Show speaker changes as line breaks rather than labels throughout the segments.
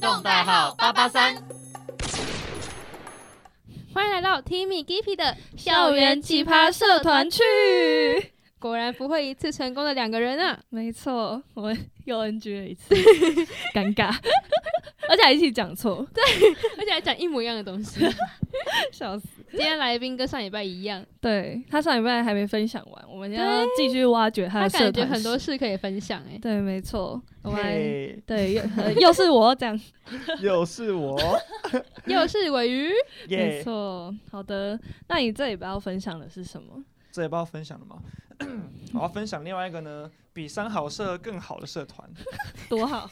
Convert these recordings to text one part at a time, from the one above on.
动代号八八三。
欢迎来到 Timmy Gippy 的
校园奇葩社团去。
果然不会一次成功的两个人啊！
没错，我又 NG 了一 次，尴尬， 而且还一起讲错，
而且还讲一模一样的东 西。
笑死。
今天来宾跟上礼拜一样，
对他上礼拜还没分享完，我们要继续挖掘
他
他的社
感觉
团史。
很多事可以分享哎、
对，没错，我们来
嘿，
对又、呃又是我讲，
又 是我，
又是尾鱼，
没
耶！
错。好的，那你这礼拜要分享的是什么？
这也不要分享了吗？ 我要分享另外一个呢，比三好社更好的社团，
多好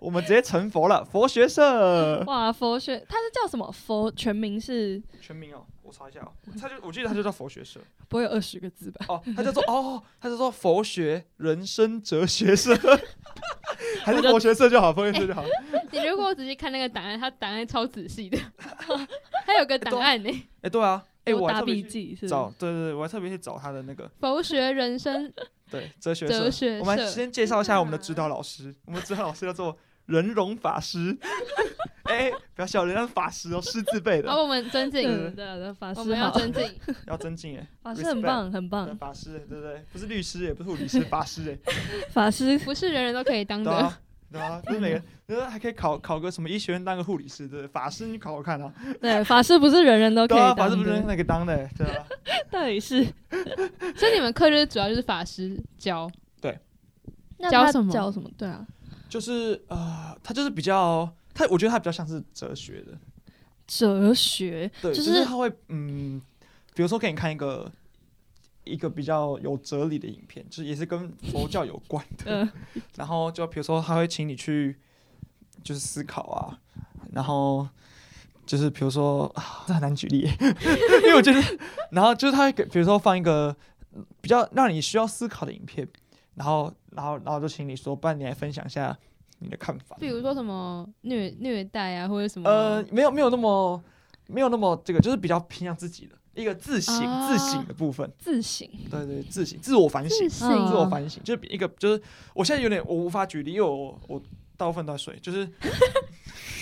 我们直接成 佛了，佛学社。
哇！佛学，他是叫什么？佛全名是
全名哦，我查一下哦，
嗯
他就我记得他就叫佛学社
不会有二十个字吧？
哦，他叫做哦，他叫做佛学人生哲 学社，还是
我就
佛学社就好，佛学社 就好。
你如果仔细看那个档案，它档案超仔 细的，它有个档案呢、欸
哎，对啊，哎，
有
我还
打
特别
笔
去
记是不是
找，对对对，我还特别去找他的那个
佛学人 生
对哲学社
哲。学
我们来
社，
先介绍一下我们的指导老师，我们指导老师叫做人容法师。 哎、不要笑，人家是法师哦，师字辈
然
的，
后我们尊敬，
嗯，对啊，对啊法
我
师
们要
好，
尊敬。
要尊敬哎。
法师很棒，很
对
棒，
法师，对不对？不是律师，也不是护理师，法师哎，
法师
不是人人都可以当
对
的，
啊，对啊，就是每个，就是还可以考考个什么医学院当个护理师，对不对？法师你考考看啊，
对法师不是人人都可
对啊，
以
法
当
师不是
的，
那个当的欸，对啊，
到底是
所以你们课就是主要就是法师教，
那
教
他
什么
教什么？对啊，
就是呃，他就是比较，他我觉得他比较像是哲学的，
哲学
对，
就
就是是他会嗯，比如说给你看一个一个比较有哲理的影片，就是也是跟佛教有关的，
嗯
然后就比如说他会请你去就是思考啊，然后就是比如说啊，这很难举例 耶，因为我觉得，然后就是他会给比如说放一个嗯比较让你需要思考的影片，然后然后然后就请你说，不然你来分享一下你的看法。
比如说什么虐虐待啊，或者什么
呃，没有没有那么没有那么这个，就是比较偏向自己的一个自省、
啊
自省的部分。
自省，
对对，自省、自我反省、
自
自
省啊
嗯
我反省，就是比一个就是我现在有点我无法举例，因为我我大部分都在睡，就是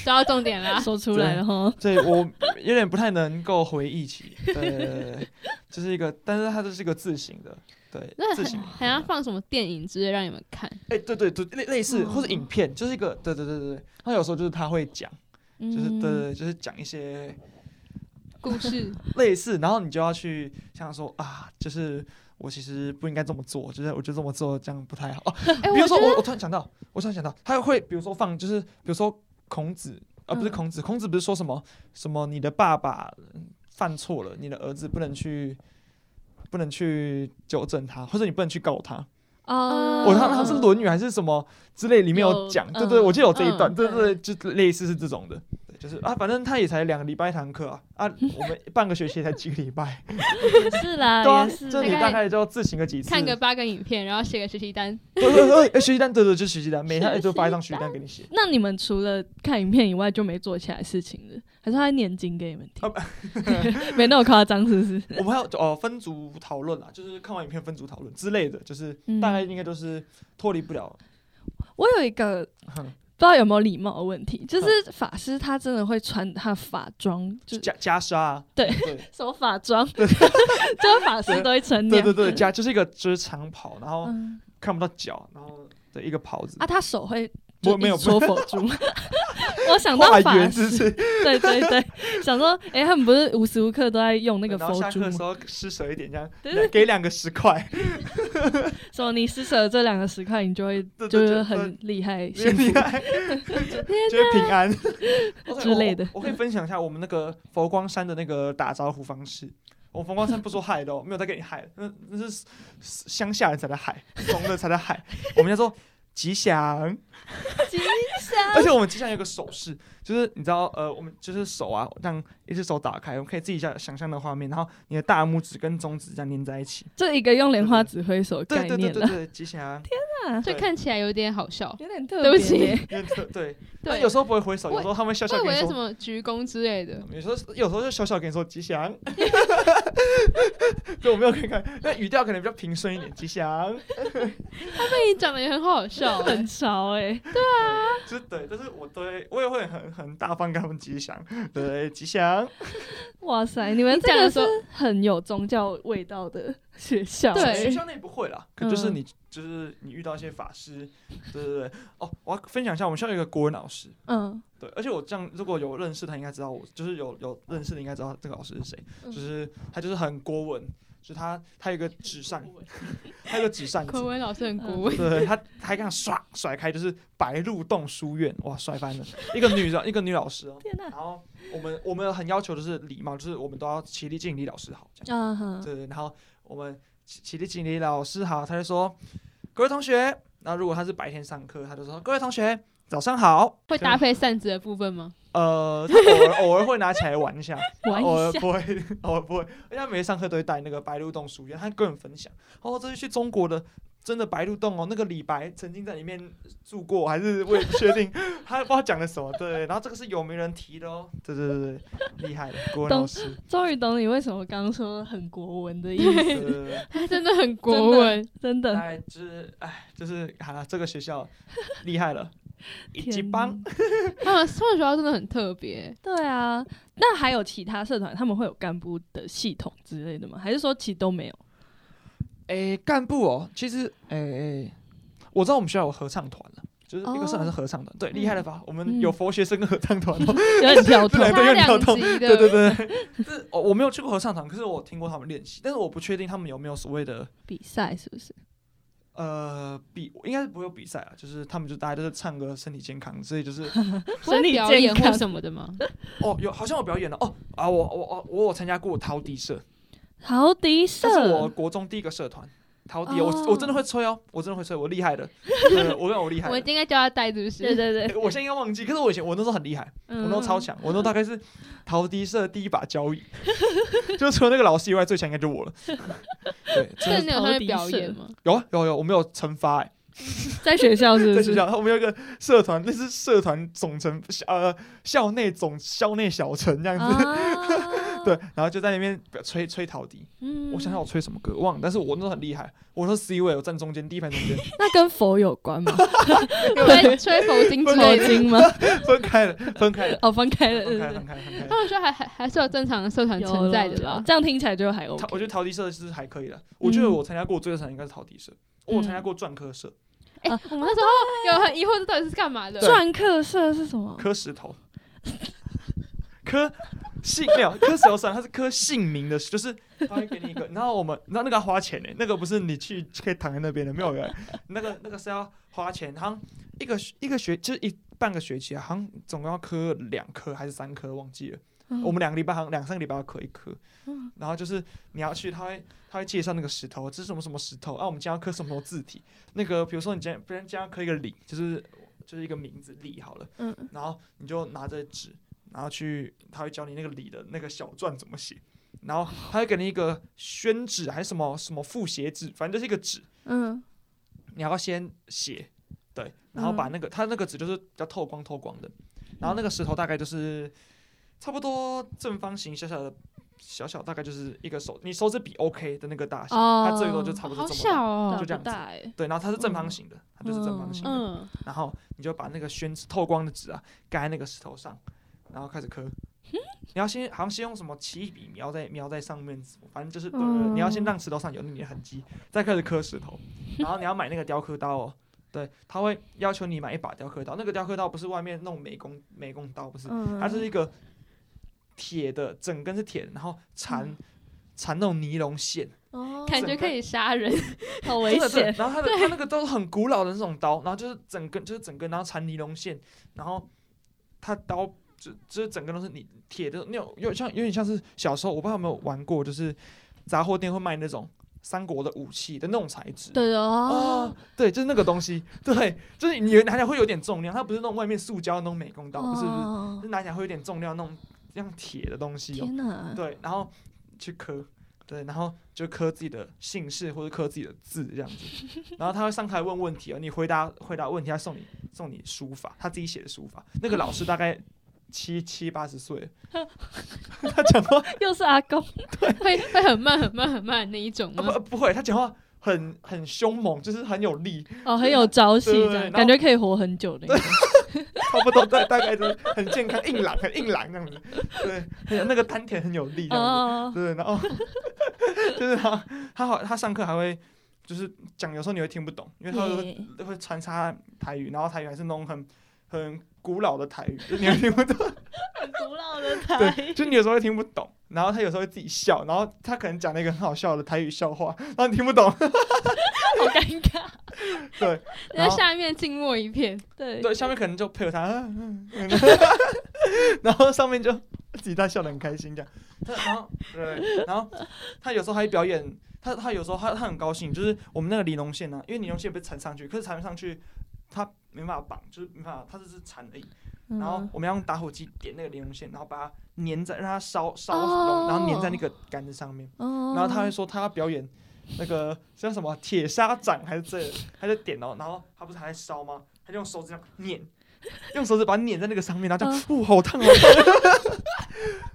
抓到重点啦。
啊说出来了哈。
对我 有点不太能够回忆起。对对对对对，就是一个，但是它就是一个自省的。对
那，
自
很
省。
很啊像放什么电影之类让你们看，
哎、对对对，类类似，或
嗯
是影片，就是一个，对对对对对。他有时候就是他会讲，就是对对，
嗯
对就是讲一些
故 事
类似，然后你就要去想说啊，就是我其实不应该这么做，就是我觉得这么做这样不太好。哦、
哎、
比如
我
说
觉
我
得
我突然想到，我突然想到，他会比如说放就是比如说孔子啊，不是
嗯
孔子，孔子不是说什么什么你的爸爸嗯犯错了，你的儿子不能去。不能去纠正他，或者你不能去告他。
嗯
哦
我看他是《论语》还是什么之类，里面有
有
讲，对
嗯
对，我记得有这一段，
嗯
对对，对就类似是这种的，对，就是啊，反正他也才两个礼拜一堂课啊，啊，我们半个学期才几个礼拜，
也 是
对
啦，
啊
也，是
就你
大概
大概就自行个几次，
看个八个影片，然后写个学习单，
对对对，哎学习单，对对，就是学习单，每天哎
学
就发一张
习
学习单给你写。
那你们除了看影片以外，就没做其他事情的，还是他在念经给你们
啊
听？ 没那么夸张，是不是？
我们还有哦分组讨论啦，就是看完影片分组讨论之类的，就是
嗯
大概应该都是脱离不了。
我有一个
哼
不知道有没有礼貌的问题，
嗯
就是法师他真的会穿他的法装，就
就是加加沙啊，
对
对
什么法装， 就是法师都会穿那
对
样。
对对，加就是一个就是长袍，然后
嗯
看不到脚，然后的一个袍子
啊，。他手会
我
就
没有
一直搓佛珠。 我想到
画
法
圆是不
师，
是？
对对对，想说，哎，他们不是无时无刻都在用 那个
然后
佛
下
珠
课的
吗
时？候施舍一点，这样
对对
给两个十块，
什么你施舍了这两个十块，你就会
对对
就是
对
很厉害，
你
幸 福。
害，觉得平安
之类的
我。我可以分享一下我们那个佛光山的那个打招呼方式。我们佛光山不说嗨的哦，没有在跟你嗨，那那是乡下人才在嗨，怂的才在嗨。我们叫做吉祥，
吉祥
而且我们吉祥有个手势，就是你知道，呃，我们就是手啊，让一只手打开，我们可以自己想想象的画面，然后你的大拇指跟中指这样连在一起。
这一个用莲花指挥手的
对
概
对对
念
对
了，
对，吉祥。
这
对
看起来有点好笑。
有点特
对
别。
不起，
因为这对，但
对，
有时候不会挥手，有时候他们会笑
我
笑
以
跟你
为什
说，
么鞠躬之类的，
有时候有时候就笑笑跟你说吉祥。所以我没有看看，那语调可能比较平顺一点。吉祥，
被你讲的也很好笑、欸，
很潮哎、
就是对，但是我对我也会很很大方跟他们吉祥，对吉祥，
哇塞，你们
你
这
讲
个
的时
是
候
很有宗教味道的学校、
对
学校内不会啦，可就是
嗯
你就是你遇到一些法师，对对对。哦，我要分享一下，我们学校有一个国文老师，
嗯，
对，而且我这样如果有认识他，应该知道我就是有有认识的，应该知道这个老师是谁，
嗯
就是他就是很国文，就是他他有一个纸扇，他有一个纸扇子
国，文老师
嗯
很国文，
对，他他还这样甩甩开，就是白鹿洞书院，哇，甩翻了，一个女的，一个女老师哦。
天哪、
然后我们我们很要求的是礼貌，就是我们都要起立敬礼老师好，这样。
啊哈，
对对，然后我们起起立敬礼老师好，他就说各位同学，那如果他是白天上课，他就说各位同学早上好。
会搭配扇子的部分 吗？
呃，他偶尔偶尔会拿起来玩一下，
玩
偶尔
一下，
不会，偶尔不会，而且他每次上课都会带那个白鹿洞书院，他跟人分享，哦，这是去中国的。真的白鹿洞哦，那个李白曾经在里面住过，还是我也不确定， 他不知道讲的什么。对，然后这个是有名人提的哦，对对对对， 厉害的国文老师，
终于懂你为什么刚刚说很国文的意思，
对对对对
他真的很国文，
真的。
哎，就是哎，就是好了，这个学校厉害了，一级
天
棒。
他们他们学校真的很特别。
对啊，那还有其他社团，他们会有干部的系统之类的吗？还是说其实都 没有？
哎，干部哦，其实哎哎，我知道我们学校有合唱团了。就是一个社团是合唱团，对，厉害了吧？我们有
嗯
佛学生跟合唱团哦，
有点跳
这
脱
两个
差
有点跳
两
痛
级的，
对对对。这哦我我没有去过合唱团，可是我听过他们练习，但是我不确定他们有没有所谓的
比赛是不是？
呃比，应该是不会有比赛啊，就是他们就大家都是唱歌，身体健康，所以就是
不会
身体
表演
健
或
康
什么的吗？
哦有好像有表演了哦啊我我我我有参加过陶笛社，
陶笛社
这是我国中第一个社团，陶笛，
哦
我我真的会吹哦，我真的会吹，我厉害的，对我跟我厉害
我
的
们。应该叫他带，是不
对
是？
对对，
诶 我现在应该忘记，可是我以前我那时候很厉害，
嗯
我那时候超强，我那时候大概是陶笛社第一把交椅，就除了那个老师以外，最强应该就我了。对，真
这
的
你有上
陶
面
笛
表
社
演吗？
有啊有啊有啊，我们有惩罚、欸，
在学校 是不
在
是？
学校我们有一个社团，那是社团总成呃校内总校内小城这样子，
啊
对，，然后就在那边吹吹陶笛，
嗯
我想想我吹什么歌忘了，但是我那时候很厉害，我说 C 位，我站中间，第一排中 间。
那跟佛有关 吗？
吹吹佛经之
不能
类的。
佛经吗？
分开了，分 开了，
哦，分开 了，对对
分开了，
对
分开了，分开了。
他们说还还还是有正常的社团
有
存在
了
的啦。
这样听起来就还 OK 嗯
陶。我觉得陶笛社是还可以的，我觉得我参加过最多场应该是陶笛社，我参加过篆刻社、
哎、
啊
我们那时候有很疑惑，这到底是干嘛的？
篆刻社是什么？
磕石头、 磕姓没有磕石头算，它是磕姓名的，就是他会给你一个，然后我们，然后那个要花钱呢、欸那个不是你去可以躺在那边的，没有人，那个那个是要花钱，好像一个一个学就是一半个学期啊，好像总共要磕两科还是三科，忘记了。我们两个礼拜好像两三个礼拜要磕一磕，
嗯
然后就是你要去，他会他会介绍那个石头，这是什么什么石头啊？我们今天要刻什么什么字体？那个比如说你今天，别人今天要刻一个李，就是就是一个名字李好了，
嗯
然后你就拿着纸，然后去他会教你那个李的那个小篆怎么写，然后他会给你一个宣纸还是什么什么复写纸，反正就是一个纸，
嗯
你要先写，对，然后把
嗯
那个、它那个纸就是比较透光透光的，然后那个石头大概就是差不多正方形小小的。小小大概就是一个手，你手指比 OK 的那个大小，它最多就差不
哦
多
好
这么大。
小哦
就。这样子
哦大哎，
对，然后它是正方形的，它就是正方形的。
嗯，
然后你就把那个宣纸透光的纸啊盖在那个石头上，然后开始刻。
嗯
你要先好像先用什么奇异笔描在描在上面，反正
哦
就是对对对，你要先让石头上有你的痕迹，再开始刻 石头。然后你要买那个雕刻刀哦，对，他会要求你买一把雕刻刀，那个雕刻刀不是外面那种美工美工刀，不是，
嗯
它是一个铁的，整根是铁的，然后缠
嗯
缠那种尼龙线，
哦
感觉可以杀人，
好危
真的对
险。
然后它的它那个都是很古老的那种刀，然后就是整根就是整根，然后缠尼龙线，然后它刀就就是整个都是你铁的，那种有像有点像是小时候我不知道有没有玩过，就是杂货店会卖那种三国的武器的那种材质。
对
哦
哦，，
对，就是那个东西，对，就是你拿起来会有点重量，它不是那种外面塑胶那种美工刀，不是不是，
哦
是拿起来会有点重量那种像铁的东西哦。
天哪！
对，然后去刻，对，然后就刻自己的姓氏或者刻自己的字这样子，然后他会上台问问题哦，你回答回答问题，他送你送你书法，他自己写的书法，那个老师大概七七八十岁，他讲话
又是阿 公，
会会很慢很慢很慢的那一种
啊
吗？
不不会，他讲话很很凶猛，就是很有力，
哦，很有朝气，
对
这样
然后
感觉可以活很久的那种。
差不多大大概就是很健康、硬朗、很硬朗这样子。对，很有那个丹田很有力这样
哦
子。，对，然后就是他他好他上课还会就是讲，有时候你会听不懂，因为他会
耶
会穿插台语，然后台语还是那种很很古老的台语，就你会听不懂，
很古老 的台，
就你有时候会听不懂。然后他有时候会自己笑，然后他可能讲了一个很好笑的台语笑话，然后你听不懂。
好尴尬。
对
那
然后
下面静默一 片，
对，
对，下面可能就配合他，嗯 嗯嗯 然后上面就自己他笑得很开心这样。他然后对，然后他有时候还表演，他他有时候他他很高兴，就是我们那个尼龙线呢、因为尼龙线不是缠上去，可是缠上去他没办法绑，就是没办法，他只是缠而已。
嗯
然后我们要用打火机点那个尼龙线，然后把它粘在，让它烧烧红，然后粘在那个杆子上面。
哦，
然后他还说他要表演那个叫什么啊铁砂掌还是这，他就点哦，然后他不是还在烧吗？他就用手指这样捻，用手指把它捻在那个上面，然后这样，呜、好烫好烫。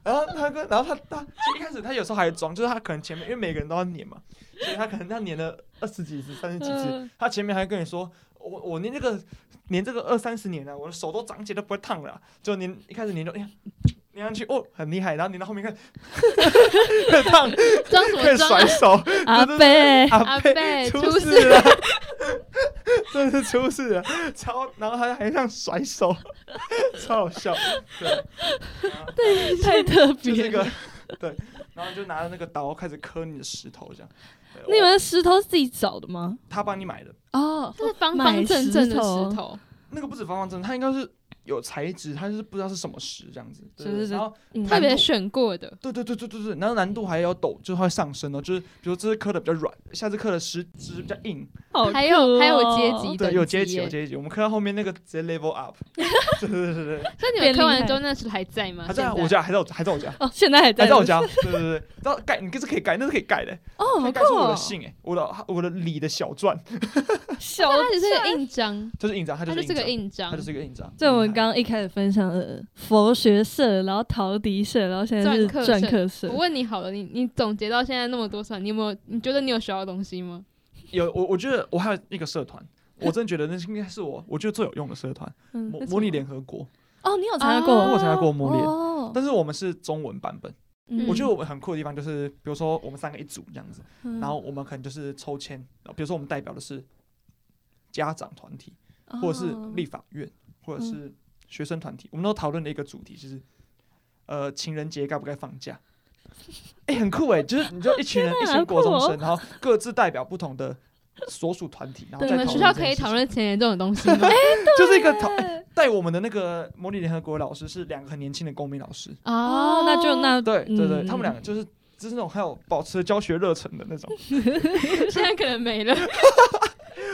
然后他跟，然后他他其实一开始他有时候还装，就是他可能前面因为每个人都要捻嘛，所以他可能他捻了二十几只、三十几只，
嗯
他前面还跟你说。我我粘这个粘这个二三十年了、我的手都长茧都不会烫了、就粘一开始粘就哎呀粘上去哦很厉害，然后粘到后面看 很烫，
装 什
可
么
以
装啊
甩？手，
阿
对
贝，
阿
阿
贝
贝
出
出
事
事
了， 真的是出事了，超，然后他还像甩手， 超好笑，对，然后
太特
就
别
是一
了
个。，对，然后就拿着那个刀开始磕你的石头，这样。对
你
我
们的石头是自己找的吗？
他帮你买的
哦，
这是方方正正的石 头，
那个不止方方正正，它应该是有材质，它就是不知道是什么石这样子。对
是是是
然后
嗯
特别选过的。
对对对对对对，然后难度还要陡，就是会上升哦，就是比如这次磕的比较软，下次磕的石质比较硬，
好
还有
酷
还有
哦
阶级
对，
等
有阶级，
级耶
有阶级。我们看到后面那个直接 level up，对 对对 对，
所以你
变
们
厉
磕完
害
之后，那石头还在吗？
还在啊
现
我家，还在我还在我家，
哦，现在还 在
还在我家，对对对，对然后盖你这可以盖，那是可以盖的，
哦，
可
好酷
以盖出我
哦
的，姓哎，我的我的李的小篆，
小
它哦只是个印章，
就是印章，它
它
就是
个
印
印章
章，它就是一个印章。嗯
这我们
厉害
刚刚一开始分享的佛学社，然后陶笛社，然后现在是
篆刻社
篆刻社
我。问你好了，你你总结到现在那么多算，你有没有？你觉得你有学到东西吗？
有我，我觉得我还有一个社团。我真的觉得那是应该是我，我觉得最有用的社团，
嗯
模
那什么
模拟联合国，
哦，你有参加
哦
我
过？
有参加过模拟，
哦，
但是我们是中文版本。
嗯
我觉得我们很酷的地方就是，比如说我们三个一组这样子，
嗯
然后我们可能就是抽签，然后比如说我们代表的是家长团体，或者是
哦
立法院，或
嗯
者是学生团体，我们都讨论了一个主题，就是呃情人节该不该放假？哎、很酷哎、就是你就一群人，一
天啊
群国中
好
哦
生，然后各自代表不同的所属团体，然后
对
再
你们
讨
学
论
校
这
可
件
以
事
讨
情，
论情人这种东西 吗？
就是一个讨哎带、我们的那个模拟联合国老师是两个很年轻的公民老师，
哦，那就 那
对对对，
嗯
他们两个就是就是那种还有保持教学热忱的那种，
现在可能没 了。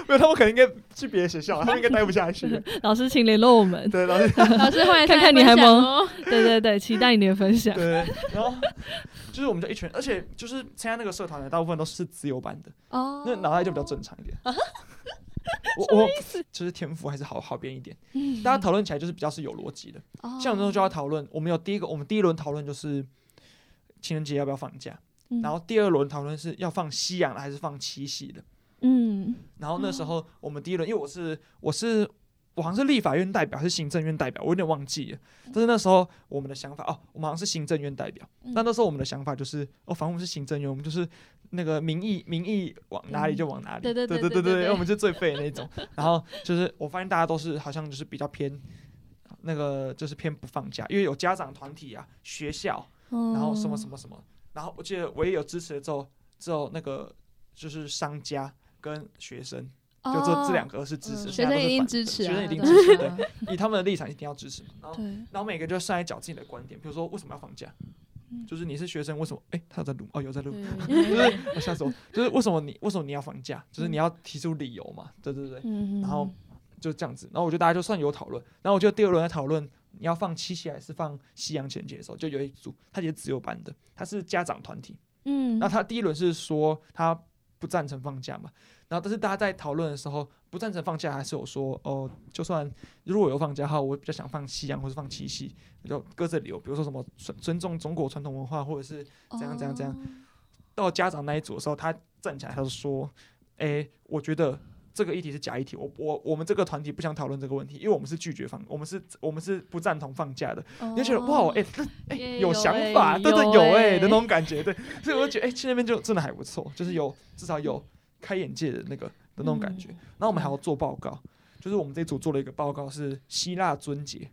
没有他们可能应该去别的学校，他们应该待不下去了。
老师，请联络我们。
对，老师
老师，欢迎
看
参
看
加
你还
分享
萌
哦。
对对对，期待你的分享。
对，然后就是我们就一群，而且就是参加那个社团的大部分都是自由班的，
哦
那脑袋就比较正常一点。我我就是天赋还是好好编一点，大家讨论起来就是比较是有逻辑
哦
的。像我们那时候就要讨论，我们有第一个，我们第一轮讨论就是情人节要不要放假，
嗯
然后第二轮讨论是要放西洋的还是放七夕的。
嗯，
然后那时候我们第一轮，因为我是我是我好像是立法院代表还是行政院代表，我有点忘记了。但是那时候我们的想法哦，我们好像是行政院代表，
嗯
那那时候我们的想法就是哦，反正我们是行政院，我们就是那个民意民意往哪里就往哪
嗯
里，
对对
对
对
对
对对对
我们是最废的那种。然后就是我发现大家都是好像就是比较偏。那个就是偏不放假，因为有家长团体啊、学校，然
然
后什么什么什么，然后我记得唯一有支持的只有只有那个就是商家跟学生，
么
就这这两个是支持，
嗯
其他都
哦
是
学生一定
反对
支持啊
学生一定
对
支 持，对，以他们的立场一定要支持嘛。然后
对，
然后每个就上来讲自己的观点，比如说为什么要放假，
嗯
就是你是学生，为什么？哎，他有在录哦，有在录，
嗯
就是我吓死我，就是为什么你为什么你要放假？就是
嗯
你要提出理由嘛，对对对，
嗯
然后就这样子。然后我觉得大家就算有讨论，然后我觉得第二轮在讨论你要放七夕还是放西洋情人节的时候，就有一组他也是自由班的，他是家长团体，
嗯，
那他第一轮是说他不赞成放假嘛，然后但是大家在讨论的时候，不赞成放假还是有说哦，就算如果有放假的话，我比较想放西洋或是放七夕，就各自理由，比如说什么尊尊重中国传统文化，或者是怎样怎样怎样
哦
到家长那一组的时候，他站起来，他就说：“诶，我觉得这个议题是假议题，我我我们这个团体不想讨论这个问题，因为我们是拒绝放，我们是我们是不赞同放假的。
哦
你就觉得哇，诶，这诶
耶
哎有
有
想
欸
诶
法，对对
有欸
有诶
诶
的那种感觉，对，所以我就觉得诶，哎去那边就真的还不错，就是有至少有开眼界的那个的那种感
嗯
觉。然后我们还要做报告，就是我们这组做了一个报告是希腊尊节，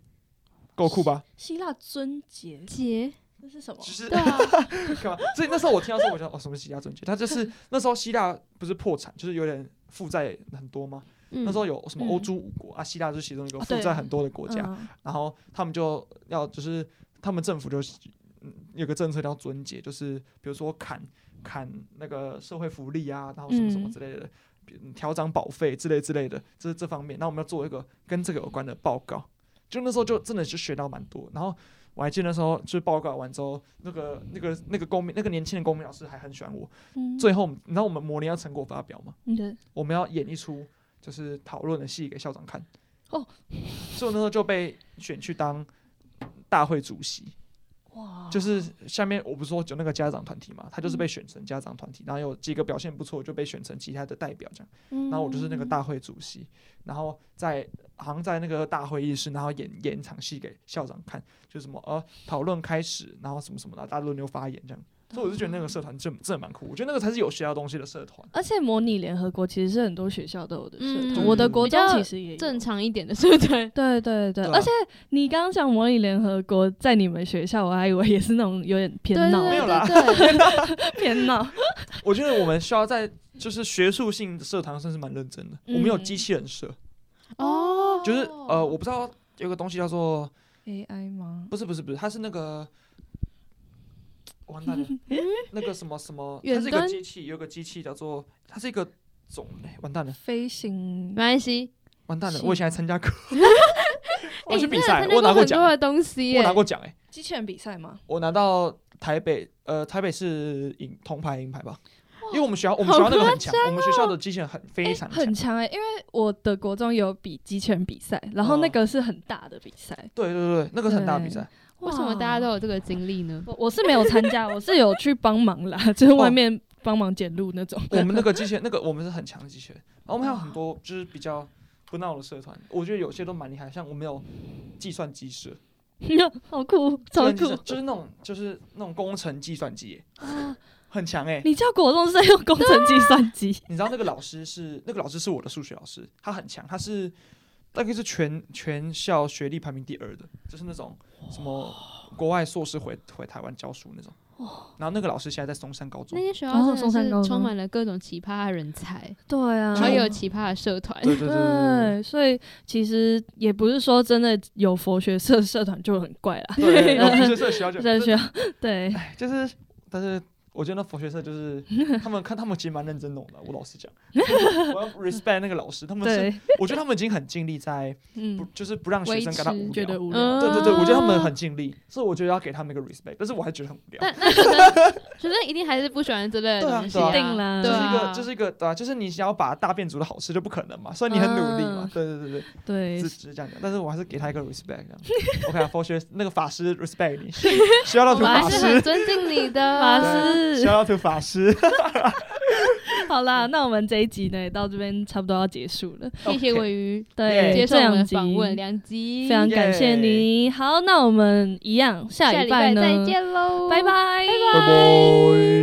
够酷吧？
希腊尊节
节
这是什么
就？是
对啊，
干嘛？所以那时候我听到说，我就哦，什么是希腊准节？他就是那时候希腊不是破产，就是有点负债很多吗？
那
那时候有什么
嗯
欧洲五国、啊，希腊就是其中一个
啊
负
对
债很多的国家，
嗯
然后他们就要就是他们政府就是嗯有个政策叫尊节，就是比如说砍砍那个社会福利啊，然后什么什么
嗯
之类的，比如调涨保费之类之类的，这是这方面。那我们要做一个跟这个有关的报告，就那时候就真的是学到蛮多。然后我还记得那时候就是报告完之后，那个那个那个公民那个年轻的公民老师还很喜欢我。
嗯
最后你知道我们模拟要成果发表吗？
你的
我们要演一出就是讨论的戏给校长看。
哦，
所以我那时候就被选去当大会主席，
哇，
就是下面我不是说有那个家长团体嘛，他
嗯
就是被选成家长团体，然后有几个表现不错就被选成其他的代表这样，
嗯，
然后我就是那个大会主席，然后在好像在那个大会议室，然后演演一场戏给校长看，就是什么呃讨论开始，然后什么什么的，然后大家轮流发言这样。所以我就觉得那个社团真真的蛮酷，我觉得那个才是有学到东西的社团。
而且模拟联合国其实是很多学校都有的社
嗯
团，我的国中
比较
其实也有
正。常一点的社 团，
对对对，
对啊
而且你刚刚讲模拟联合国在你们学校，我还以为也是那种有点
对
偏
对
闹
没有啦
对 对对，
偏闹，
我觉得我们需要在就是学术性的社团算是蛮认真的。
嗯
我们有机器人社，
哦，
就是呃，我不知道有个东西叫做
AI 吗？
不是不是不是，它是那个 完蛋了，那个什么什么，它
远
是一个
端
机器，有个机器叫做它是一个总，哎完蛋了
飞行
没关系，
完蛋了，
是
我以前还参 加过，我
哎
去比
你真的
赛，
参加
我拿过
很
奖，啊
多
我
的东西耶，
拿过奖哎，
机器人比赛吗？
我拿到台北呃台北市银铜牌银牌吧。因为我们学校，我们
好
学校那个
夸哦
很强，我们学校的机器人很非常强
很，强哎、因为我的国中有比机器人比赛，然后那个是很大的比赛。
对对对，那个是很大的比
对
赛。
为什么大家都有这个经历呢？
我我是没有参加，我是有去帮忙啦， 就是
哦
外面帮忙捡路那种。
我们那个机器人，那个我们是很强的机器人，然后我们还有很多就是比较不闹的社团，我觉得有些都蛮厉害，像我们有计算机社，
好酷，超
计算机社
酷！
就是那种就是那种工程计算机耶，很强哎、
啊你叫国中生用工程计算机？
你知道那个老师是那个老师是我的数学老师，他很强，他是大概是全全校学历排名第二的，就是那种什么国外硕士回回台湾教书那种。然后那个老师现在在松山高中
那，些学校
然后
真
松山
的
高
是
中
充满了各种奇葩的人才，
对啊
然后也有奇葩的社团，
嗯对对对对对
对，所以其实也不是说真的有佛学社社团就很怪啦，
对 对，有这这学校就
在 学校对，
哎就是，但是我觉得那佛学社就是他们看他们其实蛮认真弄的，我老实讲，我要 respect 那个老师，他们是
对，
我觉得他们已经很尽力在不
嗯，
就是不让学生感到
维
无
持
觉得
聊。
无
嗯
聊。
对对对，我觉得他们很尽力，所以我觉得要给他们一个 respect，但是我还觉得很无 聊。
但 那学生学生一定还是不喜欢这类的东西啊，
对
啊对啊
这
对
是一
啊
个，这是一个，对啊，就是你想要把大变组的好事就不可能嘛，所以你很努力嘛
嗯，
对对对对，
对
只，只是这样讲，但是我还是给他一个 respect 这样。OK 啊，佛学那个法师 respect 你，需要到
我
图
们
法
还是
师
很，尊敬你 的，
法师
对需要到图法师，
好啦，那我们这一集呢，也到这边差不多要结束了。
谢谢尾鱼
耶
对，
接受
这
我们
两
的
集
访问，两集，
非常感谢你。好，那我们一样，下
下
礼
礼拜
呢，
再见喽，
拜拜，拜拜
拜拜。